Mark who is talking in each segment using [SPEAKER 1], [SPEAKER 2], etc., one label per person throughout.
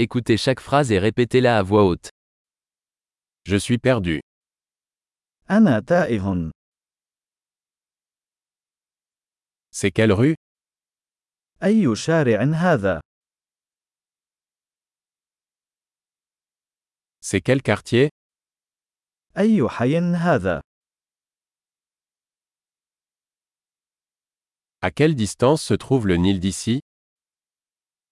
[SPEAKER 1] Écoutez chaque phrase et répétez-la à voix haute. Je suis perdu.
[SPEAKER 2] أنا تائه.
[SPEAKER 1] C'est quelle rue
[SPEAKER 2] أي شارع هذا؟
[SPEAKER 1] C'est quel quartier
[SPEAKER 2] أي حي هذا؟
[SPEAKER 1] À quelle distance se trouve le Nil d'ici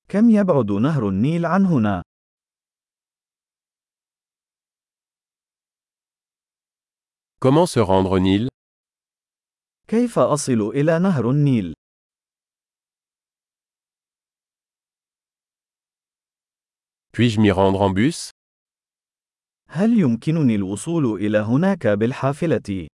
[SPEAKER 2] كم يبعد نهر النيل عن هنا؟
[SPEAKER 1] Comment se rendre au Nil
[SPEAKER 2] كيف أصل إلى نهر النيل؟
[SPEAKER 1] Puis-je m'y rendre en bus
[SPEAKER 2] هل يمكنني الوصول إلى هناك بالحافلة؟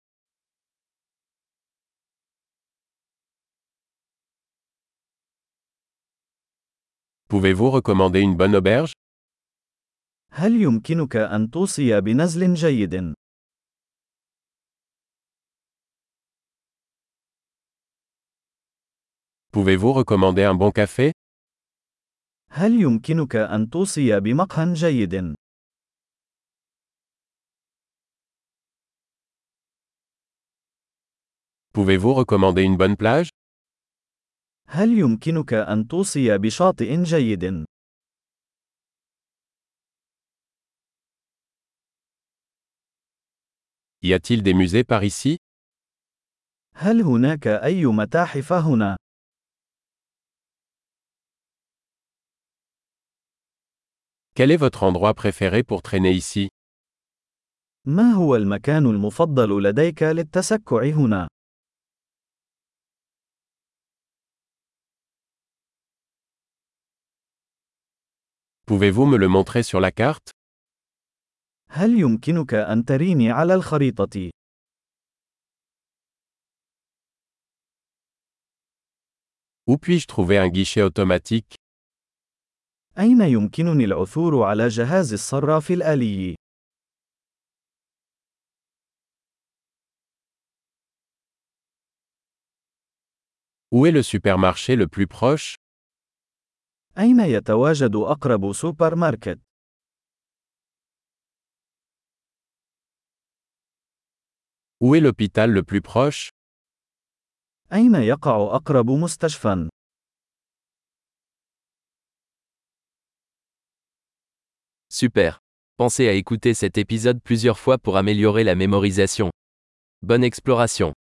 [SPEAKER 1] Pouvez-vous recommander une bonne auberge
[SPEAKER 2] هل يمكنك أن توصي بنزل جيد؟
[SPEAKER 1] Pouvez-vous recommander un bon café
[SPEAKER 2] هل يمكنك أن توصي بمقهى جيد؟
[SPEAKER 1] Pouvez-vous recommander une bonne plage
[SPEAKER 2] هل يمكنك أن توصي بشاطئ جيد؟
[SPEAKER 1] Y a-t-il des musées par ici
[SPEAKER 2] هل هناك أي متاحف هنا؟
[SPEAKER 1] Quel est votre endroit préféré pour traîner ici
[SPEAKER 2] ما هو المكان المفضل لديك للتسكع هنا؟
[SPEAKER 1] Pouvez-vous me le montrer sur la carte
[SPEAKER 2] هل يمكنك أن تريني على الخريطة؟
[SPEAKER 1] Où puis-je trouver un guichet automatique
[SPEAKER 2] أين يمكنني العثور على جهاز الصراف الآلي؟
[SPEAKER 1] Où est le supermarché le plus proche
[SPEAKER 2] أين يتواجد أقرب سوبر ماركت؟
[SPEAKER 1] Où est l'hôpital le plus proche
[SPEAKER 2] أين يقع أقرب مستشفى؟
[SPEAKER 1] Super. Pensez à écouter cet épisode plusieurs fois pour améliorer la mémorisation. Bonne exploration.